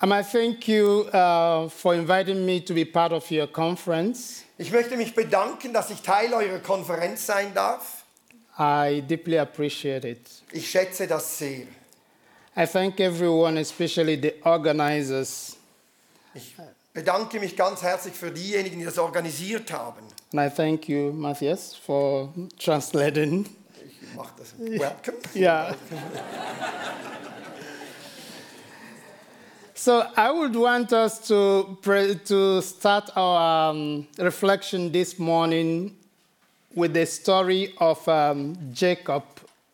Um, I thank you uh, for inviting me to be part of your conference. Ich möchte mich bedanken, dass ich Teil eurer Konferenz sein darf. I deeply appreciate it. Ich schätze das sehr. I thank everyone, especially the organizers, Ich bedanke mich ganz herzlich für diejenigen, die das organisiert haben. and I thank you, Matthias, for translating. Ich mache das. Welcome. Yeah. so I would want us to pre- to start our um, reflection this morning with the story of um, Jacob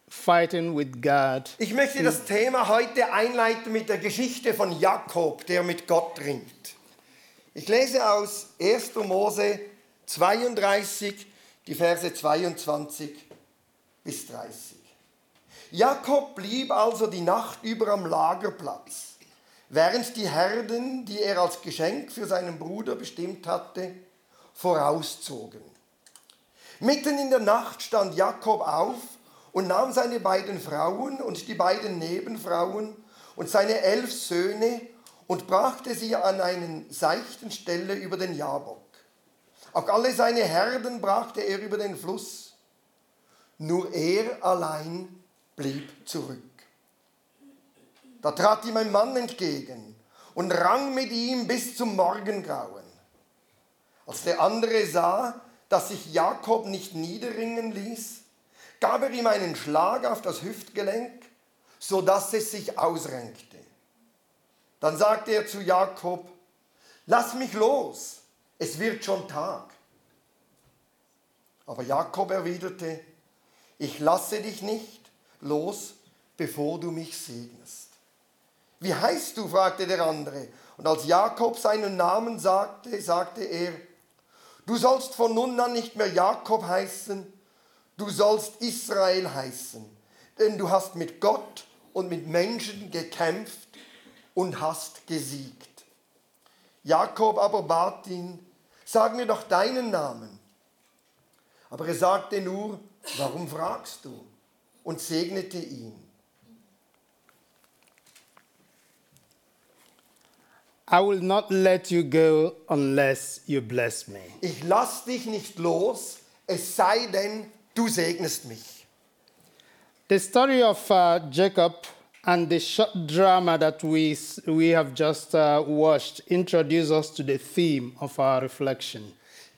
fighting with God. Ich möchte das Thema heute einleiten mit der Geschichte von Jakob, der mit Gott ringt. Ich lese aus 1. Mose 32, die Verse 22 bis 30. Jakob blieb also die Nacht über am Lagerplatz, während die Herden, die er als Geschenk für seinen Bruder bestimmt hatte, vorauszogen. Mitten in der Nacht stand Jakob auf und nahm seine beiden Frauen und die beiden Nebenfrauen und seine elf Söhne und brachte sie an einen seichten Stelle über den Jabok. Auch alle seine Herden brachte er über den Fluss. Nur er allein blieb zurück. Da trat ihm ein Mann entgegen und rang mit ihm bis zum Morgengrauen. Als der andere sah, dass sich Jakob nicht niederringen ließ, gab er ihm einen Schlag auf das Hüftgelenk, so dass es sich ausrenkte. Dann sagte er zu Jakob, lass mich los, es wird schon Tag. Aber Jakob erwiderte, ich lasse dich nicht los, bevor du mich segnest. Wie heißt du? fragte der andere. Und als Jakob seinen Namen sagte, sagte er, du sollst von nun an nicht mehr Jakob heißen, du sollst Israel heißen, denn du hast mit Gott und mit Menschen gekämpft und hast gesiegt. Jakob aber bat ihn, sag mir doch deinen Namen. Aber er sagte nur, warum fragst du? Und segnete ihn. I will not let you go unless you bless me. Ich lass dich nicht los, es sei denn, du segnest mich. The story of uh, Jacob and the short drama that we, s- we have just uh, watched introduce us to the theme of our reflection.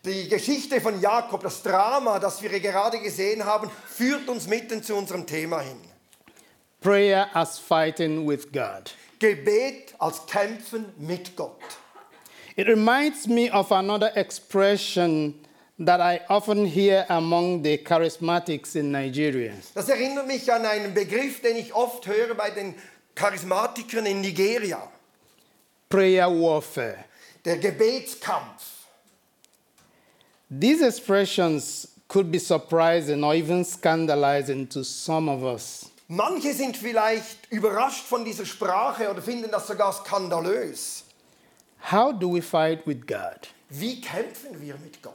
Die Geschichte von Jakob, das Drama, das wir gerade gesehen haben, führt uns mitten zu unserem Thema hin. Prayer as fighting with God. Gebet als Kämpfen mit Gott. It reminds me of another expression that I often hear among the charismatics in Nigeria. Das erinnert mich an einen Begriff, den ich oft höre bei den Charismatikern in Nigeria. Prayer warfare. Der Gebetskampf. These expressions could be surprising or even scandalizing to some of us. Manche sind vielleicht überrascht von dieser Sprache oder finden das sogar skandalös. How do we fight with God? Wie kämpfen wir mit Gott?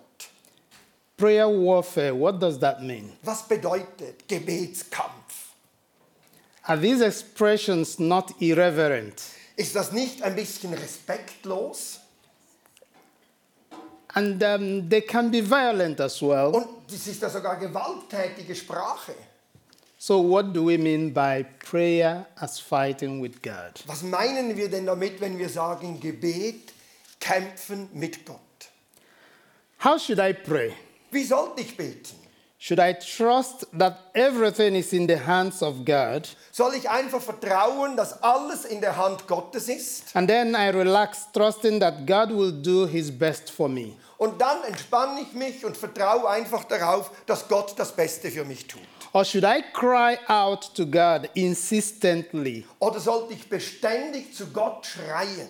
Prayer warfare, what does that mean? Was bedeutet Gebetskampf? Are these expressions not irreverent? Ist das nicht ein bisschen respektlos? And um, they can be violent as well. Und das ist ja sogar gewalttätige Sprache. So, what do we mean by prayer as fighting with God? Was meinen wir denn damit, wenn wir sagen, Gebet, kämpfen mit Gott? How should I pray? Wie sollte ich beten? Should I trust that everything is in the hands of God Soll ich einfach vertrauen, dass alles in der Hand Gottes ist? and then I relax, trusting that God will do his best for me? Und dann entspanne ich mich und vertraue einfach darauf, dass Gott das Beste für mich tut. Or should I cry out to God insistently, Oder sollte ich beständig zu Gott schreien?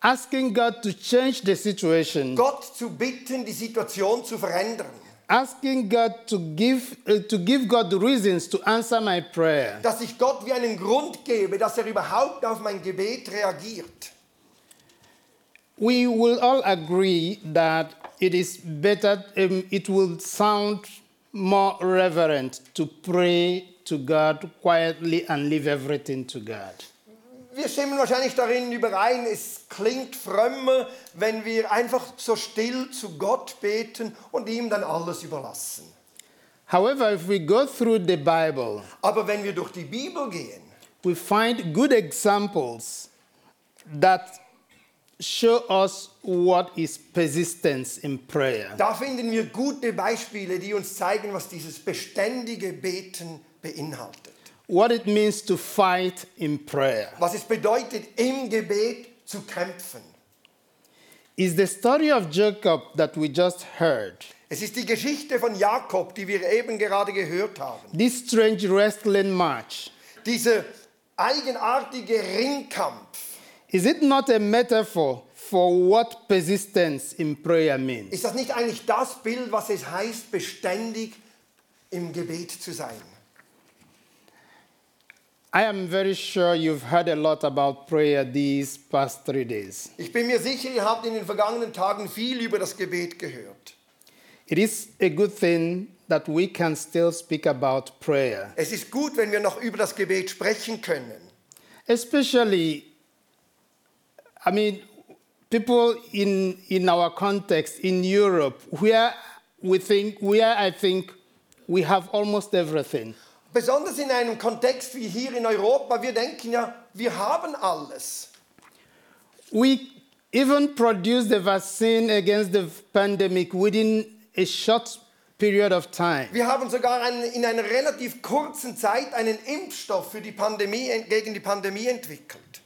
asking God to change the situation, Gott zu bitten, die Situation zu verändern? asking God to give, uh, to give God the reasons to answer my prayer? Dass ich Gott wie einen Grund gebe, dass er überhaupt auf mein Gebet reagiert? We will all agree that it is better, um, it will sound more reverent to pray to God quietly and leave everything to God. wir stimmen wahrscheinlich darin überein, es klingt frömmer, wenn wir einfach so still zu Gott beten und ihm dann alles überlassen. However, if we go through the Bible, Aber wenn wir durch die Bibel gehen, we find good examples that show us what is persistence in prayer. da finden wir gute Beispiele, die uns zeigen, was dieses beständige Beten beinhaltet. What it means to fight in prayer. Was es bedeutet, im Gebet zu kämpfen. Is the story of Jacob that we just heard. Es ist die Geschichte von Jakob, die wir eben gerade gehört haben. This strange wrestling match. Dieser eigenartige Ringkampf. Is it not a metaphor for what persistence in prayer means? Ist das nicht eigentlich das Bild, was es heißt, beständig im Gebet zu sein? I am very sure you've heard a lot about prayer these past three days. Ich bin mir sicher, ihr habt in den vergangenen Tagen viel über das Gebet gehört. It is a good thing that we can still speak about prayer, Es ist gut, wenn wir noch über das Gebet sprechen können. especially, I mean, people in, in our context in Europe, where we think, where I think we have almost everything. Besonders in einem Kontext wie hier in Europa, wir denken ja, wir haben alles. We even produced the vaccine against the pandemic within a short period of time. Wir haben sogar einen, in einer relativ kurzen Zeit einen Impfstoff für die Pandemie, gegen die Pandemie entwickelt.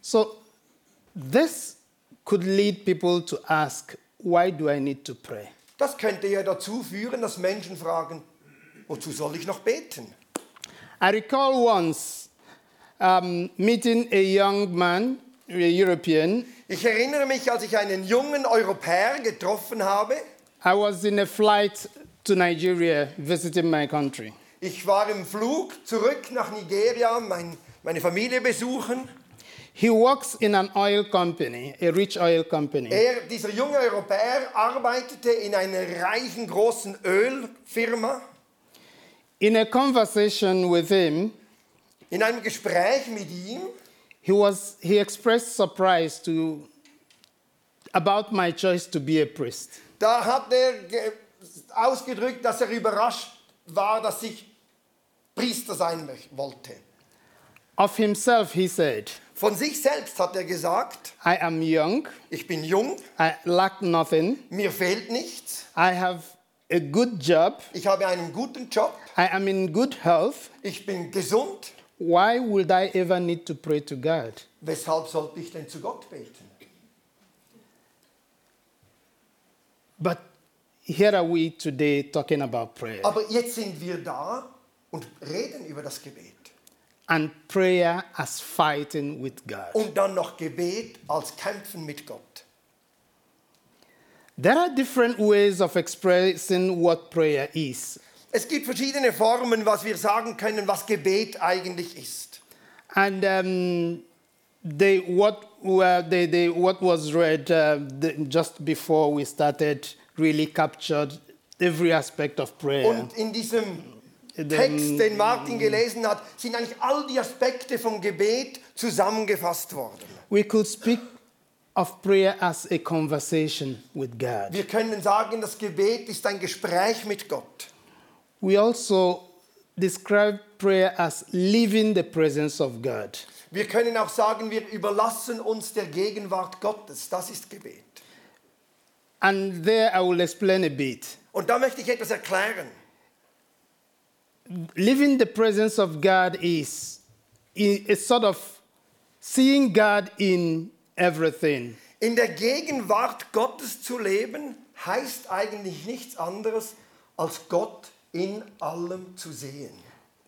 So this could lead people to ask, why do I need to pray? Das könnte ja dazu führen, dass Menschen fragen, wozu soll ich noch beten? I recall once um, meeting a young man, a European. Ich erinnere mich, als ich einen jungen Europäer getroffen habe. I was in a flight to Nigeria visiting my country. Ich war im Flug zurück nach Nigeria, mein, meine Familie besuchen. He works in an oil company, a rich oil company. Er, dieser junge Europäer arbeitete in einer reichen großen Ölfirma. In a conversation with him, In einem Gespräch mit ihm he was he expressed surprise to about my choice to be a priest. Da hat er ge- ausgedrückt, dass er überrascht war, dass ich Priester sein möch- wollte. Of himself, he said, Von sich selbst hat er gesagt, I am young, ich bin jung, I lack nothing, mir fehlt nichts, I have a good job, ich habe einen guten Job, I am in good health. ich bin gesund, Why would I ever need to pray to God? weshalb sollte ich denn zu Gott beten? But here are we today talking about prayer. Aber jetzt sind wir da und reden über das Gebet. And prayer as fighting with God. Und dann noch Gebet als Kämpfen mit Gott. There are different ways of expressing what prayer is. Es gibt verschiedene Formen, was wir sagen können, was Gebet eigentlich ist. And um, they, what, were they, they, what was read uh, the, just before we started really captured every aspect of prayer. Und in diesem Dem- Text, den Martin gelesen hat, sind eigentlich all die Aspekte vom Gebet zusammengefasst worden. we could speak of prayer as a conversation with God. Wir können sagen, das Gebet ist ein Gespräch mit Gott. We also describe prayer as living the presence of God. Wir können auch sagen, wir überlassen uns der Gegenwart Gottes. Das ist Gebet. And there I will explain a bit. Und da möchte ich etwas erklären. Living the presence of God is i- a sort of seeing God in everything. In der Gegenwart Gottes zu leben, heißt eigentlich nichts anderes, als Gott in allem zu sehen.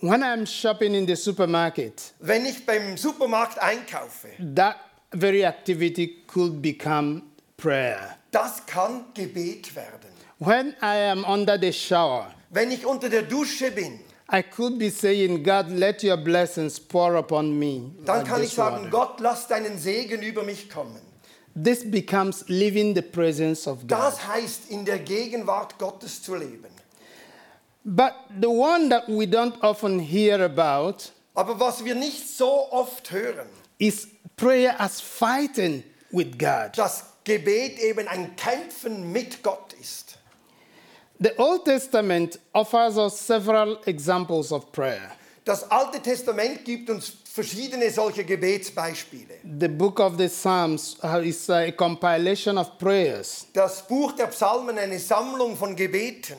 When I'm shopping in the supermarket, Wenn ich beim Supermarkt einkaufe, that very activity could become prayer. das kann Gebet werden. When I am under the shower, Wenn ich unter der Dusche bin, I could be saying, God, let your blessings pour upon me. dann like kann this ich sagen, water." Gott, lass deinen Segen über mich kommen. This becomes living the presence of God. Das heißt, in der Gegenwart Gottes zu leben. But the one that we don't often hear about Aber was wir nicht so oft hören, is prayer as fighting with God. dass Gebet eben ein Kämpfen mit Gott ist. The Old Testament offers us several examples of prayer. Das Alte Testament gibt uns verschiedene solche Gebetsbeispiele. The book of the Psalms uh, is a compilation of prayers. Das Buch der Psalmen eine Sammlung von Gebeten.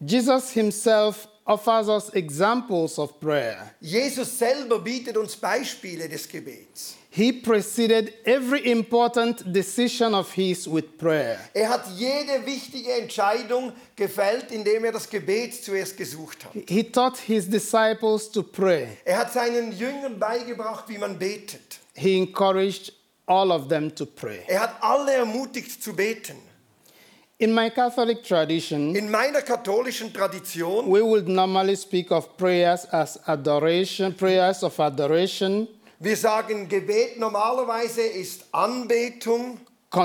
Jesus himself offers us examples of prayer. Jesus selber bietet uns Beispiele des Gebets. He preceded every important decision of his with prayer. Er hat jede wichtige Entscheidung gefällt, indem er das Gebet zuerst gesucht hat. He taught his disciples to pray. Er hat seinen Jüngern beigebracht, wie man betet. He encouraged all of them to pray. Er hat alle ermutigt zu beten. In my Catholic tradition, In meiner katholischen Tradition we would normally speak of prayers as adoration, prayers of adoration, Wir sagen, Gebet normalerweise ist Anbetung,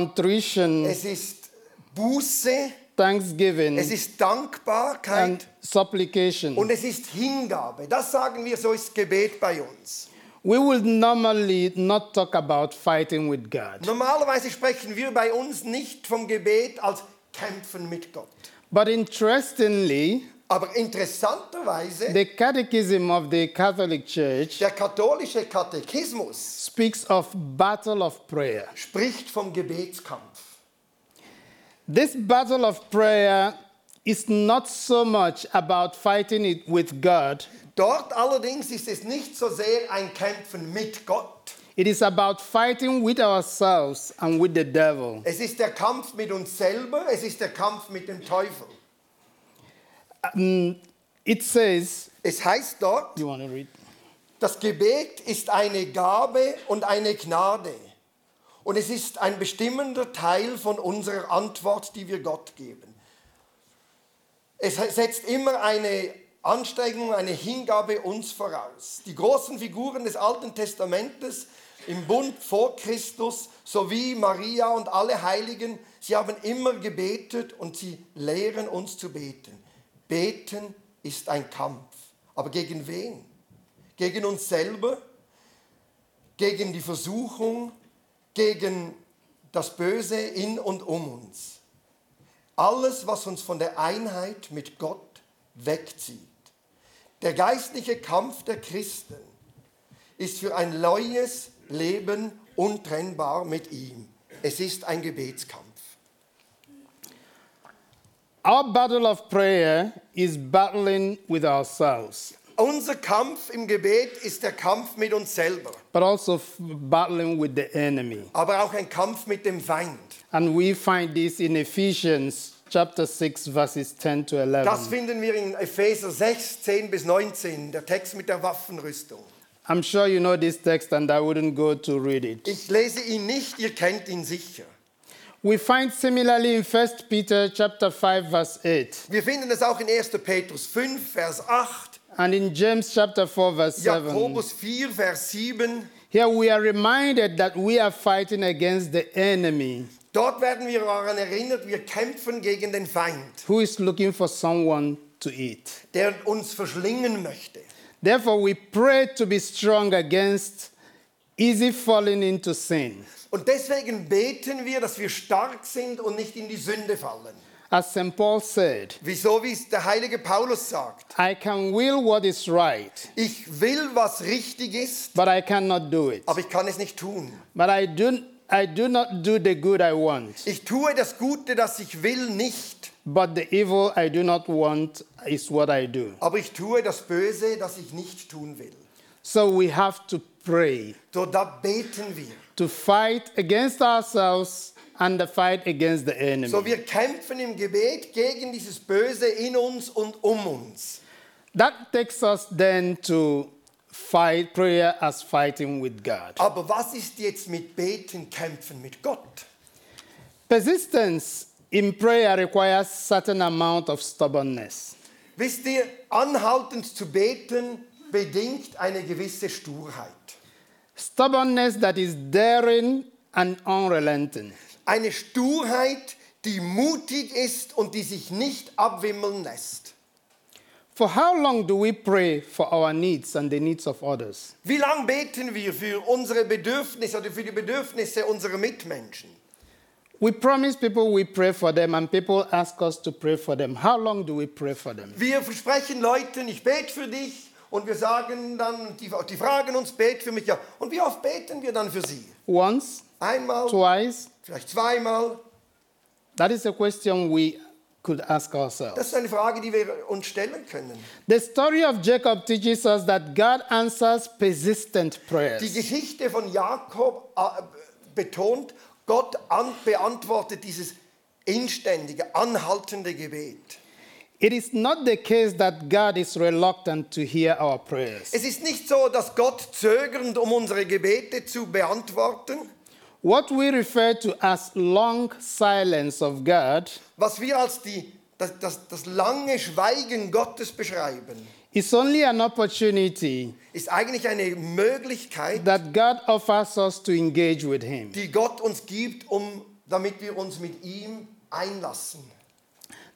contrition, es ist Buße, thanksgiving, es ist Dankbarkeit and supplication. und es ist Hingabe. Das sagen wir, so ist Gebet bei uns. We would normally not talk about fighting with God. Normalerweise sprechen wir bei uns nicht vom Gebet als Kämpfen mit Gott. But interestingly, Aber interessanterweise, the Catechism of the Catholic Church der katholische Katechismus speaks of battle of prayer. spricht vom Gebetskampf. This battle of prayer is not so much about fighting it with God. Dort allerdings ist es nicht so sehr ein Kämpfen mit Gott. It is about fighting with ourselves and with the devil. Es ist der Kampf mit uns selber, es ist der Kampf mit dem Teufel. It says, Es heißt dort, you want to read? das Gebet ist eine Gabe und eine Gnade. Und es ist ein bestimmender Teil von unserer Antwort, die wir Gott geben. Es setzt immer eine Anstrengung, eine Hingabe uns voraus. Die großen Figuren des Alten Testamentes im Bund vor Christus sowie Maria und alle Heiligen, sie haben immer gebetet und sie lehren uns zu beten. Beten ist ein Kampf. Aber gegen wen? Gegen uns selber? Gegen die Versuchung? Gegen das Böse in und um uns? Alles, was uns von der Einheit mit Gott wegzieht. Der geistliche Kampf der Christen ist für ein neues Leben untrennbar mit ihm. Es ist ein Gebetskampf. Our battle of prayer is battling with ourselves, Unser Kampf im Gebet ist der Kampf mit uns selber, but also f- battling with the enemy. aber auch ein Kampf mit dem Feind. And we find this in Ephesians chapter 6 verses 10 to 11. Das finden wir in Epheser 6, 10 bis 19, der Text mit der Waffenrüstung. I'm sure you know this text and I wouldn't go to read it. Ich lese ihn nicht, ihr kennt ihn sicher. We find similarly in 1 Peter chapter 5 verse 8 Wir finden es auch in 1. Petrus 5, Vers 8, and in James chapter 4 verse 7. Jakobus 4, Vers 7. Here we are reminded that we are fighting against the enemy Dort werden wir daran erinnert, wir kämpfen gegen den Feind, who is looking for someone to eat. der uns verschlingen möchte. Therefore we pray to be strong against easy falling into sin. Und deswegen beten wir, dass wir stark sind und nicht in die Sünde fallen. As St Paul said, Wieso, wie es der heilige Paulus sagt, I can will what is right, ich will, was richtig ist, but I cannot do it. aber ich kann es nicht tun. But I do, I do not do the good I want, Ich tue das Gute, das ich will, nicht, but the evil I do not want is what I do. aber ich tue das Böse, das ich nicht tun will. So we have to pray So, da beten wir. to fight against ourselves and the fight against the enemy. So, wir kämpfen im Gebet gegen dieses Böse in uns und um uns. that takes us then to fight prayer as fighting with God. Aber was ist jetzt mit Beten, Kämpfen mit Gott? Persistence in prayer requires certain amount of stubbornness. Wisst ihr, anhaltend zu beten bedingt eine gewisse Sturheit. Stubbornness that is daring and unrelenting. Eine Sturheit, die mutig ist und die sich nicht abwimmeln lässt. For how long do we pray for our needs and the needs of others? Wie lange beten wir für unsere Bedürfnisse oder für die Bedürfnisse unserer Mitmenschen? We promise people we pray for them, and people ask us to pray for them. How long do we pray for them? Wir versprechen Leuten, ich bete für dich und wir sagen dann, die, die fragen uns, bet für mich. Ja. Und wie oft beten wir dann für sie? Once, Einmal, twice? vielleicht zweimal. That is a question we could ask ourselves. Das ist eine Frage, die wir uns stellen können. The story of Jacob teaches us that God answers persistent Die prayers. Geschichte von Jakob äh, betont, Gott an, beantwortet dieses inständige, anhaltende Gebet. It is not the case that God is reluctant to hear our prayers. Es ist nicht so, dass Gott zögernd, um unsere Gebete zu beantworten, What we refer to as long silence of God was wir als die, das, das, das lange Schweigen Gottes beschreiben, is only an opportunity ist eigentlich eine Möglichkeit, that God offers us to engage with Him. die Gott uns gibt, um, damit wir uns mit ihm einlassen.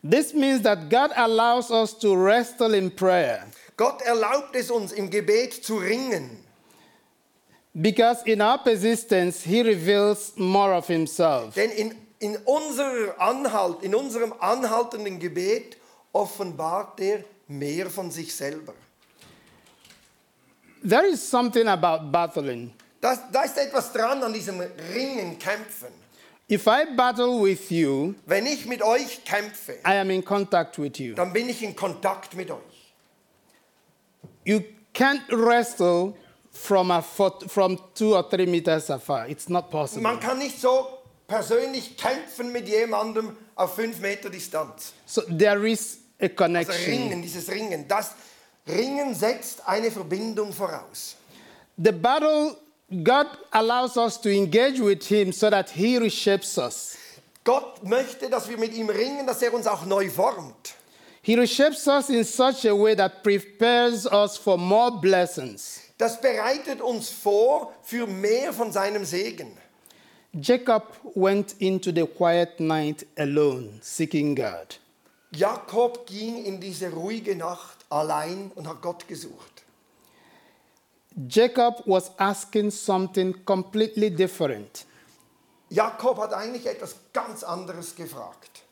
This means that God allows us to wrestle in prayer Gott erlaubt es uns, im Gebet zu ringen. because in our persistence, He reveals more of Himself. Denn in, in, unserer Anhalt, in unserem anhaltenden Gebet offenbart er mehr von sich selber. There is something about battling. Das, da ist etwas dran an diesem Ringen, Kämpfen. If I battle with you, Wenn ich mit euch kämpfe, I am in contact with you. dann bin ich in Kontakt mit euch. You can't wrestle from, a foot, from two or three meters afar. It's not possible. Man kann nicht so persönlich kämpfen mit jemandem auf fünf Meter Distanz. So there is a Das connection. Ringen, dieses Ringen, das Ringen setzt eine Verbindung voraus. The battle, God allows us to engage with Him so that He reshapes us. Gott möchte, dass wir mit ihm ringen, dass er uns auch neu formt. He reshapes us in such a way that prepares us for more blessings. Das bereitet uns vor für mehr von seinem Segen. Jacob went into the quiet night alone, seeking God. Jakob ging in diese ruhige Nacht allein und hat Gott gesucht. Jacob was asking something completely different. Jakob hat eigentlich etwas ganz anderes gefragt.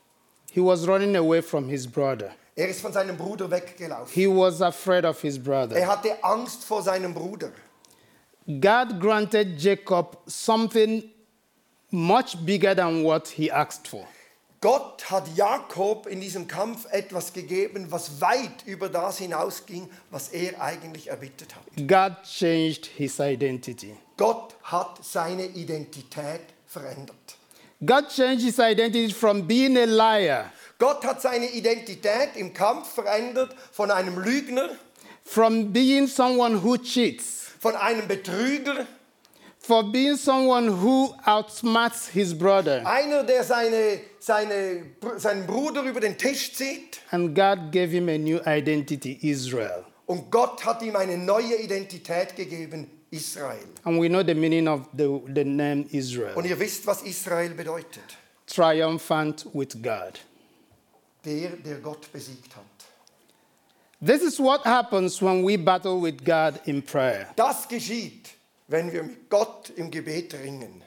He was running away from his brother. Er ist von seinem Bruder weggelaufen. He was afraid of his Er brother. hatte Angst vor seinem Bruder. God granted Jacob something much bigger than what he asked for. Gott hat Jakob in diesem Kampf etwas gegeben, was weit über das hinausging, was er eigentlich erbittet hat. God changed his identity. Gott hat seine Identität verändert. God changed his identity from being a liar Gott hat seine Identität im Kampf verändert von einem Lügner, from being someone who cheats, von einem Betrüger, for being someone who outsmarts his brother. einer, der seine, seine, seinen Bruder über den Tisch zieht. And God gave him a new identity, Israel. Und Gott hat ihm eine neue Identität gegeben, Israel. And we know the meaning of the, the name Und Israel ihr wisst, was Israel bedeutet. triumphant with God. Der, der Gott besiegt hat. This is what happens when we battle with God in prayer. Das geschieht, wenn wir mit Gott im Gebet ringen.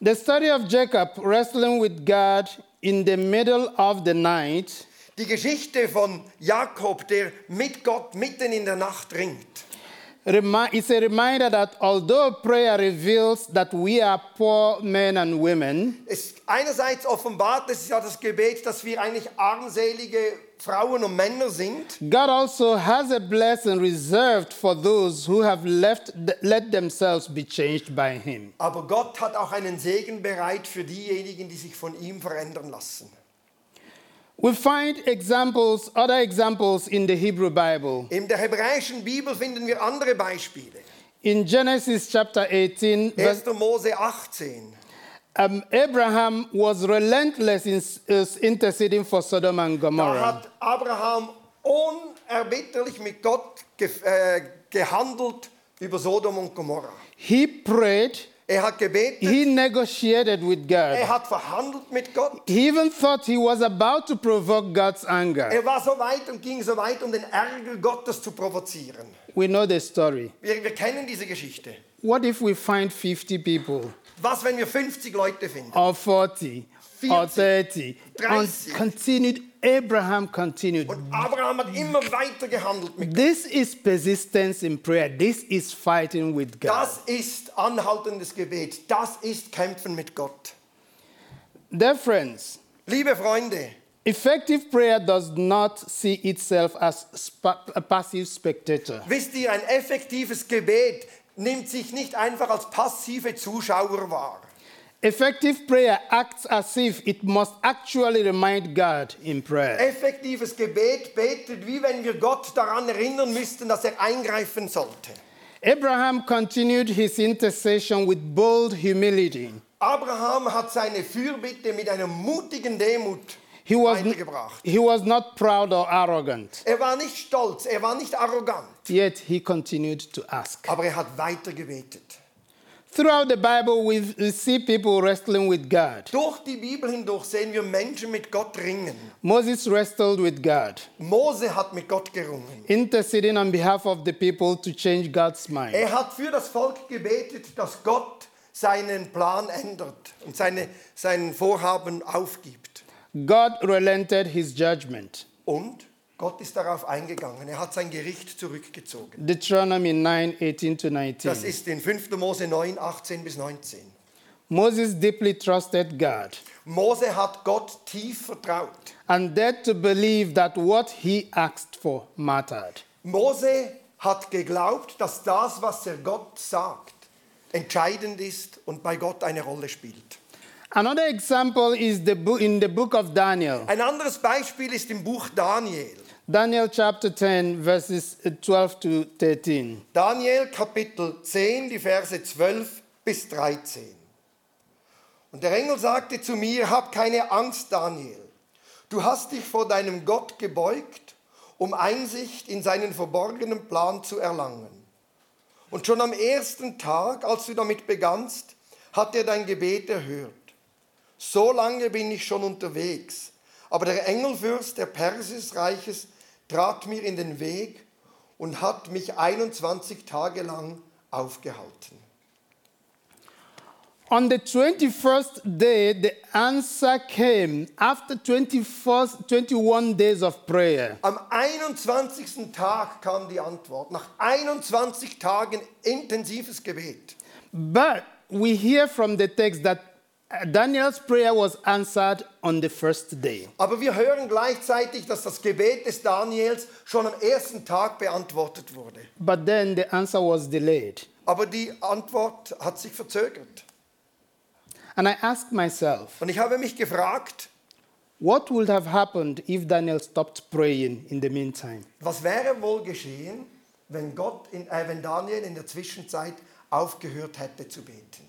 The story of Jacob wrestling with God in the middle of the night Die Geschichte von Jakob, der mit Gott mitten in der Nacht ringt. Remi- It's a reminder that although prayer reveals that we are poor men and women, Es, einerseits offenbart es ja das Gebet, dass wir eigentlich armselige Frauen und Männer sind. God also has a blessing reserved for those who have left, let themselves be changed by Him. Aber Gott hat auch einen Segen bereit für diejenigen, die sich von ihm verändern lassen. We find examples, other examples in the Hebrew Bible. In der hebräischen Bibel finden wir andere Beispiele. In Genesis chapter 18, verse 1. Mose 18. Um, Abraham was relentless in is interceding for Sodom and Da Gomorrah. hat Abraham unerbitterlich mit Gott ge äh, gehandelt über Sodom und Gomorra. He prayed, Er hat gebetet, He negotiated with er God. hat verhandelt mit Gott. He even thought he was about to provoke God's anger. Er war so weit und ging so weit, um den Ärger Gottes zu provozieren. We know the story. Wir, wir kennen diese Geschichte. What if we find 50 people, Was, wenn wir 50 Leute finden? or 40, or 30? And 30. continued, Abraham continued. Und Abraham hat immer weiter gehandelt mit This is persistence in prayer. This is fighting with God. Das ist anhaltendes Gebet. Das ist Kämpfen mit Gott. Dear friends, Liebe Freunde, effective prayer does not see itself as spa- a passive spectator. wisst ihr, ein effektives Gebet nimmt sich nicht einfach als passive Zuschauer wahr. Effective prayer acts as if it must actually remind God in prayer. Effektives Gebet betet, wie wenn wir Gott daran erinnern müssten, dass er eingreifen sollte. Abraham continued his intercession with bold humility. Abraham hat seine Fürbitte mit einer mutigen Demut He was, weitergebracht. he was not proud or arrogant, Er war nicht stolz, er war nicht arrogant, yet he continued to ask. aber er hat weiter gebetet. Throughout the Bible, we we see people wrestling with God. Durch die Bibel hindurch sehen wir Menschen mit Gott ringen. Moses wrestled with God, Mose hat mit Gott gerungen. interceding on behalf of the people to change God's mind. Er hat für das Volk gebetet, dass Gott seinen Plan ändert und seine, seinen Vorhaben aufgibt. God relented his judgment. Und Gott ist darauf eingegangen. Er hat sein Gericht zurückgezogen. Deuteronomy 9 18 to 19. Das ist in 5. Mose 9, 18 bis 19. Moses deeply trusted God Mose hat Gott tief vertraut. and dared to believe that what he asked for mattered. Mose hat geglaubt, dass das, was er Gott sagt, entscheidend ist und bei Gott eine Rolle spielt. Another example is the book, in the book of Daniel. Ein anderes Beispiel ist im Buch Daniel. Daniel chapter 10, verses 12 to 13. Daniel Kapitel 10, die Verse 12 bis 13. Und der Engel sagte zu mir, hab keine Angst, Daniel. Du hast dich vor deinem Gott gebeugt, um Einsicht in seinen verborgenen Plan zu erlangen. Und schon am ersten Tag, als du damit begannst, hat er dein Gebet erhört. So lange bin ich schon unterwegs. Aber der Engelfürst der Persisreiches trat mir in den Weg und hat mich 21 Tage lang aufgehalten. On the 21st day, the answer came after 21st, 21 days of prayer. Am 21. Tag kam die Antwort, nach 21 Tagen intensives Gebet. But we hear from the text that uh, Daniel's prayer was answered on the first day. Aber wir hören gleichzeitig, dass das Gebet des Daniels schon am ersten Tag beantwortet wurde. But then the answer was delayed. Aber die Antwort hat sich verzögert. And I asked myself, Und ich habe mich gefragt, what would have happened if Daniel stopped praying in the meantime? Was wäre wohl geschehen, wenn, Gott in, äh, wenn Daniel in der Zwischenzeit aufgehört hätte zu beten?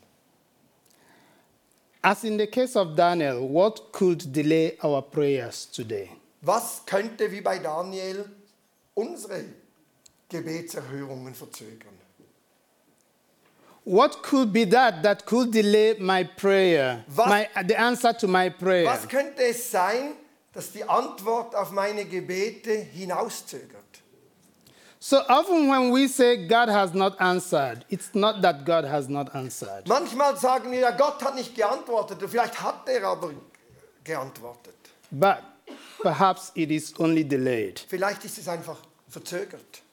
As in the case of Daniel, what could delay our prayers today? Was könnte wie bei Daniel unsere Gebetserhörungen verzögern? What could be that that could delay my prayer, Was- my, uh, the answer to my prayer? Was könnte es sein, dass die Antwort auf meine Gebete hinauszögert? So often when we say God has not answered, it's not that God has not answered. Manchmal sagen wir, ja, Gott hat nicht geantwortet, und vielleicht hat er aber geantwortet. But perhaps it is only delayed. Vielleicht ist es einfach verzögert.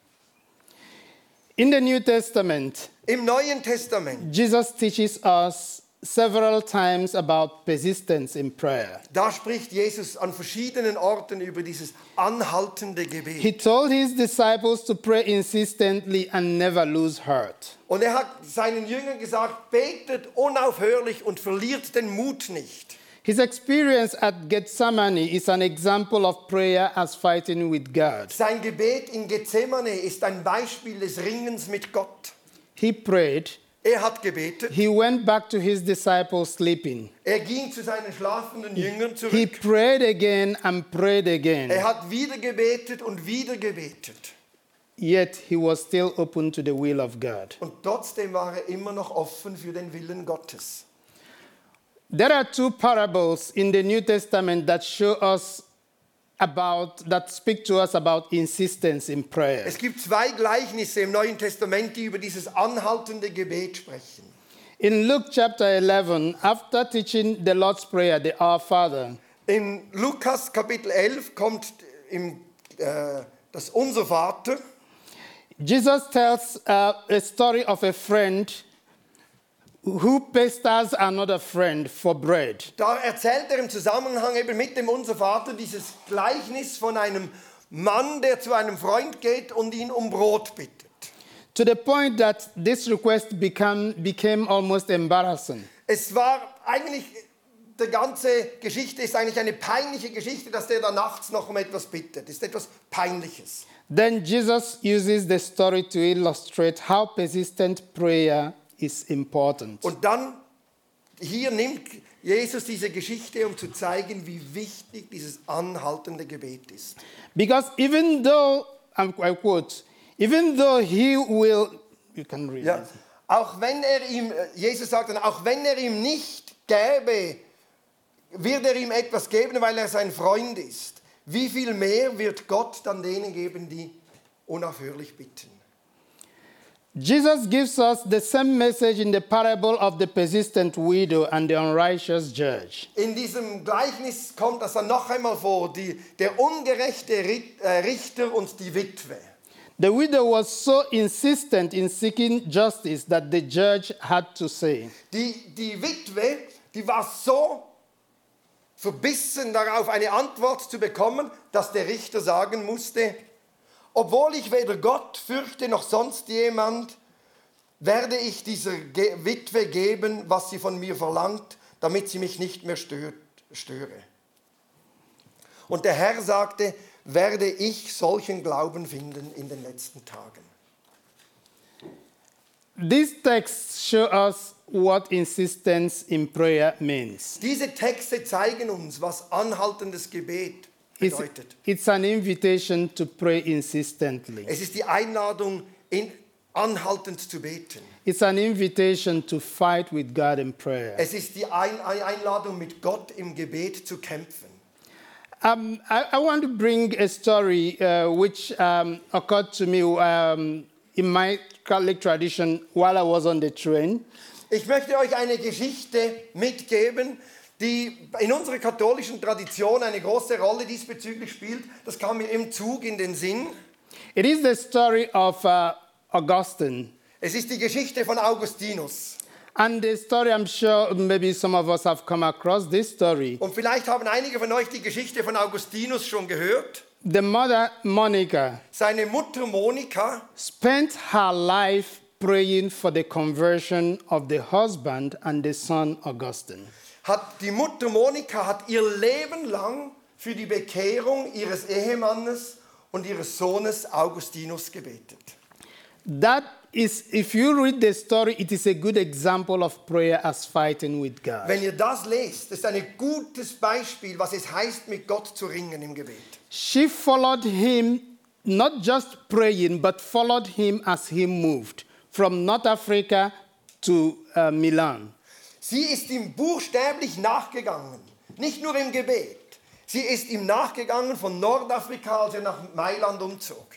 In the New Testament, Im Neuen Testament Jesus teaches us several times about persistence in prayer. Da spricht Jesus an verschiedenen Orten über dieses anhaltende Gebet. He told his disciples to pray insistently and never lose heart. Und er hat seinen Jüngern gesagt, betet unaufhörlich und verliert den Mut nicht. His experience at Gethsemane is an example of prayer as fighting with God. Sein Gebet in Gethsemane ist ein Beispiel des Ringens mit Gott. He prayed, Er hat gebetet, he went back to his disciples sleeping. er ging zu seinen schlafenden Jüngern He zurück. Eh, prayed again and prayed again. Er hat wieder gebetet und wieder gebetet. yet he was still open to the will of God. Und trotzdem war er immer noch offen für den Willen Gottes. There are two parables in the New Testament that show us about that speak to us about insistence in prayer. Es gibt zwei Gleichnisse im Neuen Testament, die über dieses anhaltende Gebet sprechen. In Luke chapter 11, after teaching the Lord's Prayer, the Our Father, In Lukas Kapitel 11 kommt im, äh, das Unser Vater Jesus tells uh, a story of a friend who pesters another friend for bread. Da erzählt er im Zusammenhang eben mit dem Unser Vater dieses Gleichnis von einem Mann, der zu einem Freund geht und ihn um Brot bittet. To the point that this request become, became almost embarrassing. Es war eigentlich, die ganze Geschichte ist eigentlich eine peinliche Geschichte, dass der da nachts noch um etwas bittet. Ist etwas Peinliches. Then Jesus uses the story to illustrate how persistent prayer is important. Und dann, hier nimmt Jesus diese Geschichte, um zu zeigen, wie wichtig dieses anhaltende Gebet ist. Because even though, I'm- I quote, even though he will, you can read Ja, it. auch wenn er ihm, äh, Jesus sagt dann, auch wenn er ihm nicht gäbe, wird er ihm etwas geben, weil er sein Freund ist. Wie viel mehr wird Gott dann denen geben, die unaufhörlich bitten? Jesus gives us the same message in the parable of the persistent widow and the unrighteous judge. In diesem Gleichnis kommt das dann noch einmal vor, die, der ungerechte Ri- äh, Richter und die Witwe. The widow was so insistent in seeking justice that the judge had to say, Die, die Witwe, die war so verbissen darauf, eine Antwort zu bekommen, dass der Richter sagen musste, obwohl ich weder Gott fürchte noch sonst jemand, werde ich dieser Ge Witwe geben, was sie von mir verlangt, damit sie mich nicht mehr stört, störe. Und der Herr sagte, werde ich solchen Glauben finden in den letzten Tagen. These texts show us what insistence in prayer means. Diese Texte zeigen uns, was anhaltendes Gebet It's, bedeutet. it's an invitation to pray insistently, Es ist die Einladung, in, anhaltend zu beten. it's an invitation to fight with God in prayer. Es ist die Ein Ein- Einladung, mit Gott im Gebet zu kämpfen. Um, I, I want to bring a story uh, which um, occurred to me um, in my Catholic tradition while I was on the train. Ich möchte euch eine Geschichte mitgeben, die in unserer katholischen Tradition eine große Rolle diesbezüglich spielt. Das kam mir im Zug in den Sinn. It is the story of uh, Augustine. Es ist die Geschichte von Augustinus. And the story, I'm sure maybe some of us have come across this story. Und vielleicht haben einige von euch die Geschichte von Augustinus schon gehört. The mother, Monica, Seine Mutter Monika spent her life praying for the conversion of the husband and the son, Augustine. hat die Mutter Monika hat ihr Leben lang für die Bekehrung ihres Ehemannes und ihres Sohnes Augustinus gebetet. That is, if you read the story, it is a good example of prayer as fighting with God. Wenn ihr das lest, ist ein gutes Beispiel, was es heißt, mit Gott zu ringen im Gebet. She followed him, not just praying, but followed him as he moved from North Africa to uh, Milan. Sie ist ihm buchstäblich nachgegangen, nicht nur im Gebet. Sie ist ihm nachgegangen von Nordafrika, als er nach Mailand umzog.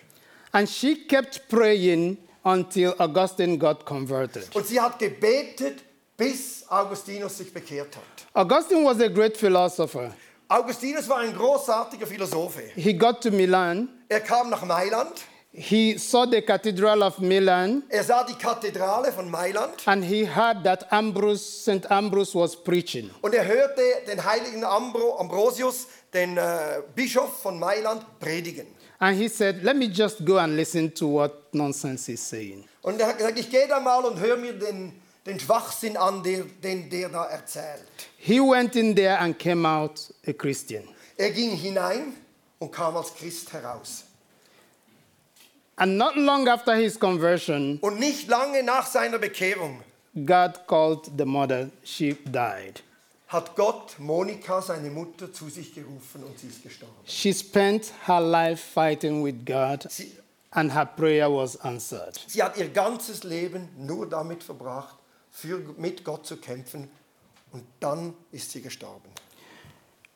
And she kept praying until Augustine got converted. Und sie hat gebetet, bis Augustinus sich bekehrt hat. Augustine was a great philosopher. Augustinus war ein großartiger Philosoph. He got to Milan. Er kam nach Mailand. He saw the Cathedral of Milan Er sah die Kathedrale von Mailand and he heard that Ambrose, St. Ambrose was preaching. und er hörte den heiligen Ambro, Ambrosius, den äh, Bischof von Mailand, predigen. And he said, Let me just go and listen to what nonsense he's saying. Und er hat gesagt, ich gehe da mal und höre mir den, den Schwachsinn an, der, den der da erzählt. He went in there and came out a Christian. Er ging hinein und kam als Christ heraus. And not long after his conversion, Und nicht lange nach seiner Bekehrung God called the mother. She died. hat Gott Monika, seine Mutter, zu sich gerufen und sie ist gestorben. She spent her life fighting with God Sie, and her prayer was answered. Sie hat ihr ganzes Leben nur damit verbracht, für, mit Gott zu kämpfen. Und dann ist sie gestorben.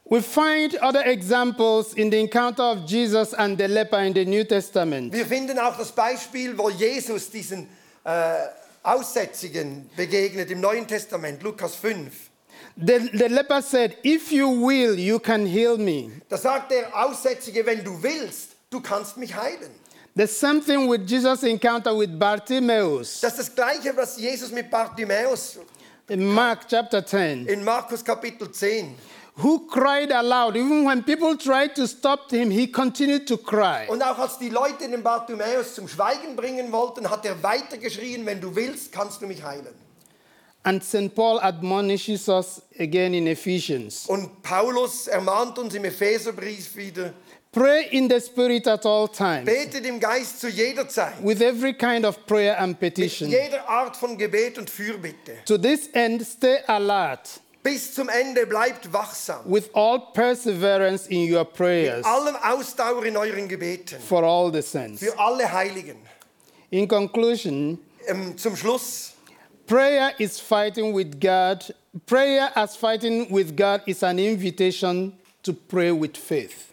We find other examples in the encounter of Jesus and the leper in the New Testament. Wir finden auch das Beispiel, wo Jesus diesen äh, Aussätzigen begegnet im Neuen Testament, Lukas 5. The, the leper said, If you will, you can heal me. Da sagt der Aussätzige, wenn du willst, du kannst mich heilen. There's something with Jesus' encounter with Bartimaeus Das ist das Gleiche, was Jesus mit Bartimäus in Mark chapter 10, in Markus Kapitel 10. who cried aloud. Even when people tried to stop him, he continued to cry. Und auch als die Leute den Bartimäus zum Schweigen bringen wollten, hat er weitergeschrien, wenn du willst, kannst du mich heilen. And St. Paul admonishes us again in Ephesians Und Paulus ermahnt uns im Epheserbrief wieder, pray in the Spirit at all times, betet im Geist zu jeder Zeit, with every kind of prayer and mit petition. jeder Art von Gebet und Fürbitte. To this end, stay alert Bis zum Ende bleibt wachsam, with all perseverance in your prayers allem Ausdauer in euren Gebeten, for all the saints. für alle Heiligen. In conclusion, Ähm, zum Schluss, Prayer is fighting with God. Prayer as fighting with God is an invitation to pray with faith.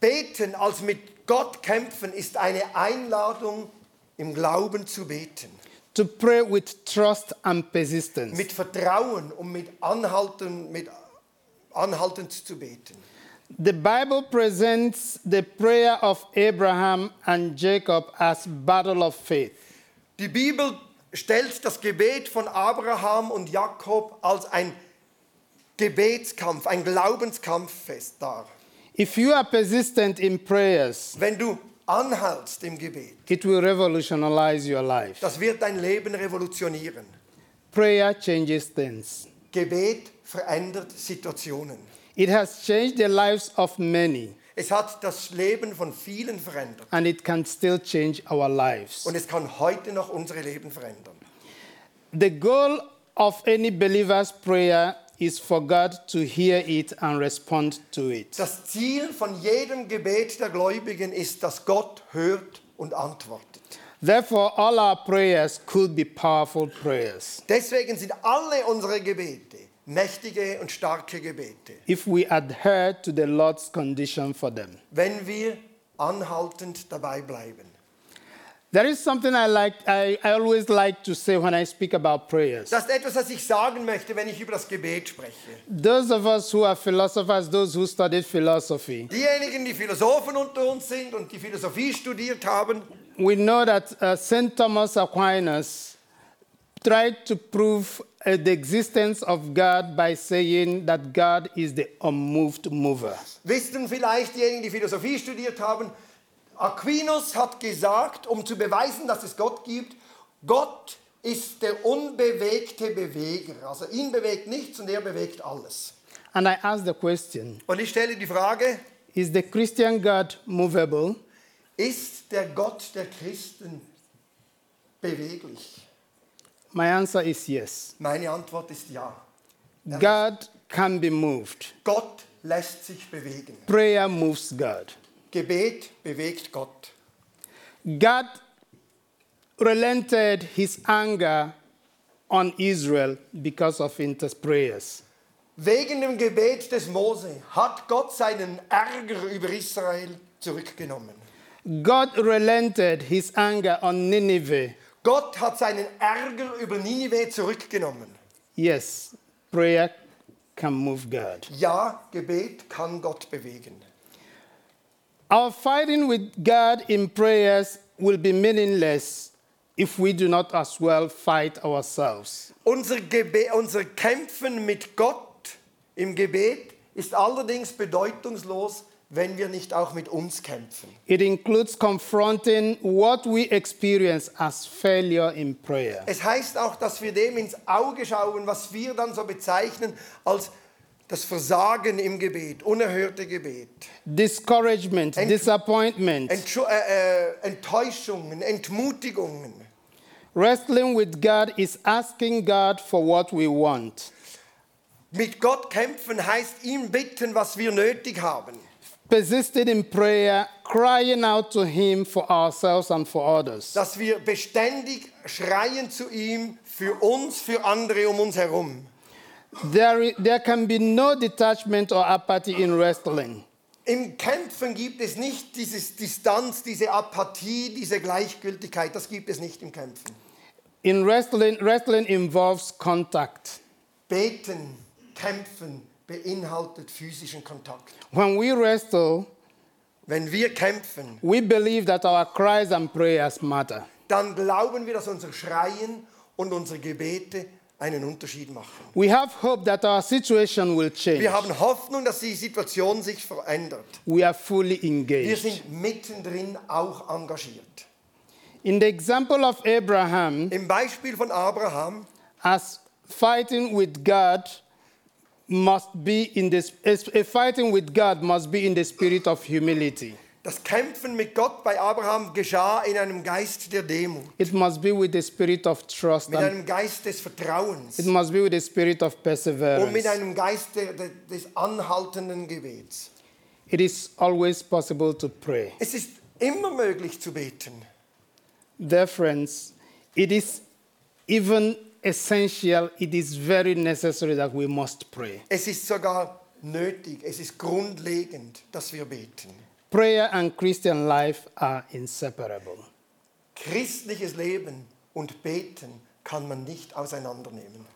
beten als mit Gott kämpfen ist eine Einladung, im Glauben zu beten. To pray with trust and persistence. mit Vertrauen und mit Anhalten, mit anhaltend zu beten. The Bible presents the prayer of Abraham and Jacob as battle of faith. Die Bibel stellt das Gebet von Abraham und Jakob als ein Gebetskampf, ein Glaubenskampf fest dar. If you are persistent in prayers, Wenn du anhaltst im Gebet, it will revolutionize your life. das wird dein Leben revolutionieren. Prayer changes things. Gebet verändert Situationen. It has changed the lives of many, Es hat das Leben von vielen verändert and it can still change our lives. und es kann heute noch unsere Leben verändern. The goal of any believer's prayer is for God to hear it and respond to it. Das Ziel von jedem Gebet der Gläubigen ist, dass Gott hört und antwortet. Therefore, all our prayers could be powerful prayers Deswegen sind alle unsere Gebete mächtige und starke Gebete, if we adhere to the Lord's condition for them. wenn wir anhaltend dabei bleiben. There is something I, like, I, I always like to say when I speak about prayers. Das ist etwas, was ich sagen möchte, wenn ich über das Gebet spreche. Those of us who are philosophers, those who studied philosophy, Diejenigen, die Philosophen unter uns sind und die Philosophie studiert haben, we know that uh, St. Thomas Aquinas tried to prove uh, the existence of God by saying that God is the unmoved mover. wissen vielleicht diejenigen, die Philosophie studiert haben, Aquinas hat gesagt, um zu beweisen, dass es Gott gibt, Gott ist der unbewegte Beweger. Also ihn bewegt nichts und er bewegt alles. And I ask the question Und ich stelle die Frage, Is the Christian God movable? ist der Gott der Christen beweglich? My answer is yes. Meine Antwort ist ja. God can be moved. Gott lässt sich bewegen. Prayer moves God. Gebet bewegt Gott. God relented his anger on Israel because of inter prayers. Wegen dem Gebet des Mose hat Gott seinen Ärger über Israel zurückgenommen. God relented his anger on Nineveh. Gott hat seinen Ärger über Ninive zurückgenommen. Yes, prayer can move God. Ja, Gebet kann Gott bewegen. Our fighting with God in prayers will be meaningless if we do not as well fight ourselves. Unser, Gebe unser Kämpfen mit Gott im Gebet ist allerdings bedeutungslos, wenn wir nicht auch mit uns kämpfen. It includes confronting what we experience as failure in prayer. Es heißt auch, dass wir dem ins Auge schauen, was wir dann so bezeichnen als das Versagen im Gebet, unerhörte Gebet, Discouragement, disappointment, Entschu äh, äh, Enttäuschungen, Entmutigungen. wrestling with God is asking God for what we want. Mit Gott kämpfen heißt ihm bitten, was wir nötig haben. persisted in prayer, crying out to Him for ourselves and for others. dass wir beständig schreien zu ihm für uns, für andere um uns herum. There, i- there can be no detachment or apathy in wrestling. Im Kämpfen gibt es nicht diese Distanz, diese Apathie, diese Gleichgültigkeit. Das gibt es nicht im Kämpfen. In wrestling, wrestling involves contact. Beten, kämpfen beinhaltet physischen Kontakt. When we wrestle, Wenn wir kämpfen, we believe that our cries and prayers matter. dann glauben wir, dass unser Schreien und unsere Gebete einen Unterschied machen. We have hope that our situation will change. Wir haben Hoffnung, dass die Situation sich verändert. We are fully Wir engaged. sind mittendrin auch engagiert. In the example of Abraham, Im Beispiel von Abraham as fighting with God must be in this, a fighting with God must be in the spirit of humility. Das Kämpfen mit Gott bei Abraham geschah in einem Geist der Demut, It must be with the spirit of trust. mit And einem Geist des Vertrauens it must be with the spirit of und mit perseverance. einem Geist der, der, des anhaltenden Gebets. It is always possible to pray. Es ist immer möglich zu beten. Dear friends, it is even essential, it is very necessary that we must pray. Es ist sogar nötig, es ist grundlegend, dass wir beten. Prayer and Christian life are inseparable. Christliches Leben und Beten kann man nicht auseinandernehmen.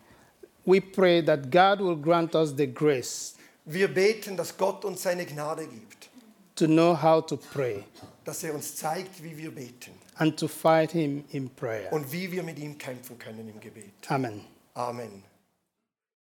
We pray that God will grant us the grace Wir beten, dass Gott uns seine Gnade gibt, to know how to pray dass er uns zeigt, wie wir beten and to fight Him in prayer. und wie wir mit ihm kämpfen können im Gebet. Amen. Amen.